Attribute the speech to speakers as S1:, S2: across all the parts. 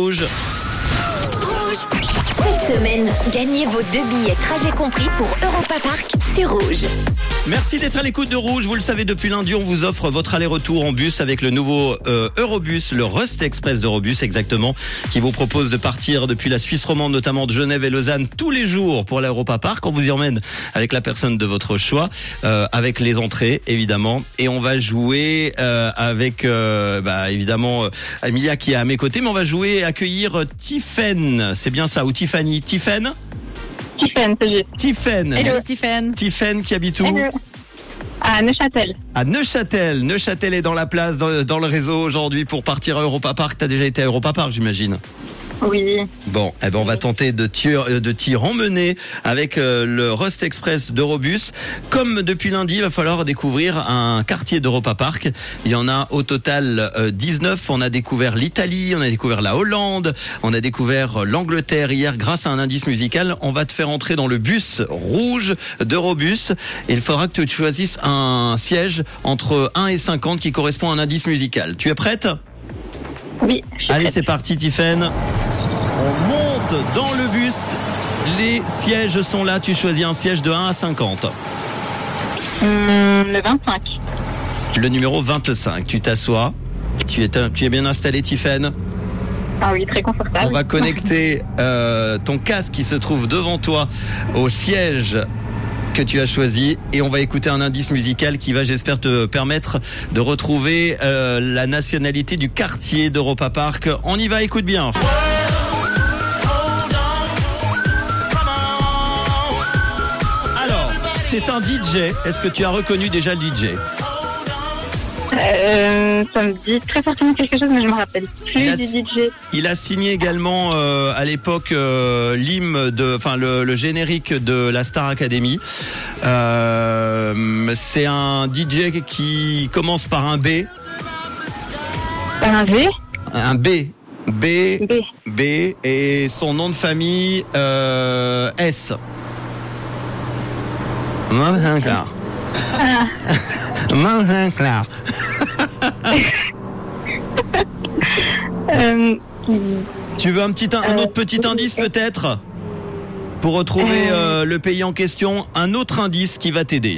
S1: Rouge.
S2: Cette semaine, gagnez vos deux billets trajets compris pour Europa Park sur Rouge.
S1: Merci d'être à l'écoute de Rouge. Vous le savez, depuis lundi, on vous offre votre aller-retour en bus avec le nouveau euh, Eurobus, le Rust Express d'Eurobus exactement, qui vous propose de partir depuis la Suisse romande, notamment de Genève et Lausanne, tous les jours pour l'Europa Park. On vous y emmène avec la personne de votre choix, euh, avec les entrées évidemment, et on va jouer euh, avec euh, bah, évidemment euh, Amelia qui est à mes côtés, mais on va jouer et accueillir euh, Tiffen. C'est bien ça ou Tiffany Tiffen
S3: Tiffen, c'est lui.
S1: Tiffen.
S3: Hello.
S4: Stéphane.
S1: Tiffen qui habite où
S3: Hello. À Neuchâtel.
S1: à Neuchâtel. Neuchâtel est dans la place, dans, dans le réseau aujourd'hui pour partir à Europa Park. T'as déjà été à Europa Park, j'imagine.
S3: Oui.
S1: Bon, eh ben on va tenter de t'y euh, de t'y remmener avec euh, le Rust Express d'Eurobus. Comme depuis lundi, il va falloir découvrir un quartier d'Europa Park. Il y en a au total euh, 19. On a découvert l'Italie, on a découvert la Hollande, on a découvert euh, l'Angleterre hier grâce à un indice musical. On va te faire entrer dans le bus rouge d'Eurobus et il faudra que tu choisisses un siège entre 1 et 50 qui correspond à un indice musical. Tu es prête
S3: Oui. je suis
S1: Allez,
S3: prête.
S1: c'est parti, Tiffen. On monte dans le bus. Les sièges sont là. Tu choisis un siège de 1 à 50. Hmm,
S3: Hum, le 25.
S1: Le numéro 25. Tu t'assois. Tu es, tu es bien installé, Tiffen.
S3: Ah oui, très
S1: On
S3: confortable.
S1: va connecter euh, ton casque qui se trouve devant toi au siège que tu as choisi et on va écouter un indice musical qui va j'espère te permettre de retrouver euh, la nationalité du quartier d'Europa Park. On y va, écoute bien. Alors, c'est un DJ. Est-ce que tu as reconnu déjà le DJ
S3: Euh, ça me dit très fortement quelque chose, mais je me rappelle plus
S1: Il a-
S3: du DJ.
S1: Il a signé également euh, à l'époque euh, l'hymne de, enfin le, le générique de la Star Academy. Euh, c'est un DJ qui commence par un B,
S3: Par un V
S1: un B, B,
S3: B.
S1: B et son nom de famille euh, S. Martin Clark. Martin Clark.
S3: Euh, qui-
S1: Tu veux un petit in- un
S3: Euh,
S1: autre petit
S3: oui.
S1: indice peut-être pour retrouver
S3: Euh. Oh,
S1: euh, le pays en question, un autre indice qui va t'aider.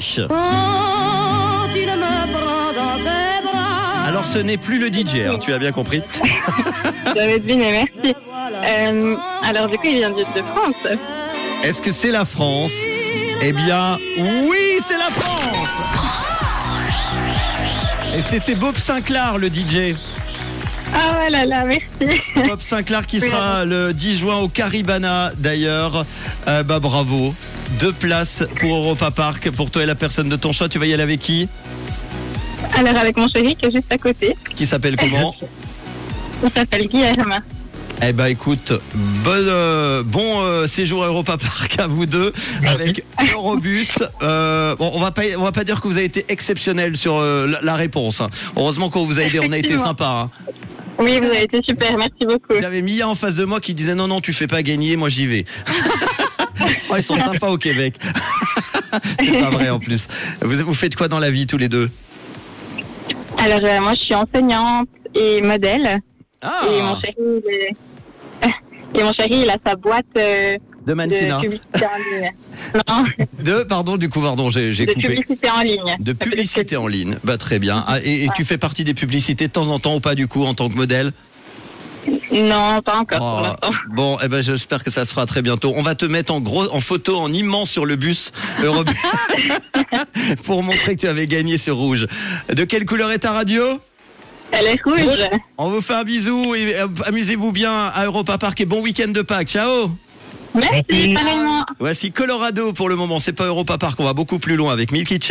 S1: Alors ce n'est plus le DJ, hein, tu as bien compris. Ah.
S3: J'avais deviné, merci. Euh, alors du coup, il vient de de France.
S1: Est-ce que c'est la France Eh bien, oui, c'est la France. Et c'était Bob Sinclair le DJ.
S3: Ah ouais là là, merci.
S1: Bob Sinclair qui sera le 10 juin au Caribana d'ailleurs. Euh, bah bravo. Deux places pour Europa Park pour toi et la personne de ton choix. Tu vas y aller avec qui
S3: Alors avec mon chéri qui est juste à côté,
S1: Qui s'appelle comment
S3: il s'appelle Guillerme.
S1: Eh ben écoute, bon, euh, bon euh, séjour à Europa Park à vous deux avec Eurobus. Euh, bon, on va pas on va pas dire que vous avez été exceptionnel sur euh, la, la réponse. hein. Heureusement qu'on vous a aidé, on a été
S3: Effectivement.
S1: sympa. hein.
S3: Oui, vous avez été super, merci beaucoup.
S1: J'avais Mia en face de moi qui disait non non tu fais pas gagner, moi j'y vais. Oh, ils sont sympas au Québec. C'est pas vrai en plus. Vous, vous faites quoi dans la vie tous les deux
S3: Alors euh, moi, je suis enseignante et modèle.
S1: Ah,
S3: Et mon chéri, il est- Et mon chéri, il a sa boîte euh,
S1: de mannequinat.
S3: de publicité en ligne. Non,
S1: De pardon du coup pardon j'ai j'ai
S3: de
S1: coupé.
S3: publicité en ligne.
S1: De publicité en ligne, bah très bien. Ah, et, et tu fais partie des publicités de temps en temps ou pas du coup en tant que modèle
S3: Non, pas encore
S1: Oh,
S3: pour l'instant.
S1: Bon, eh ben j'espère que ça se fera très bientôt. On va te mettre en gros, en photo, en immense sur le bus européen pour montrer que tu avais gagné ce rouge. De quelle couleur est ta radio
S3: Elle est rouge.
S1: On vous fait un bisou et euh, amusez-vous bien à Europa Park et bon week-end de Pâques. Ciao.
S3: Merci, pareillement.
S1: Voici Colorado pour le moment. C'est pas Europa Park, on va beaucoup plus loin avec Milky Chance.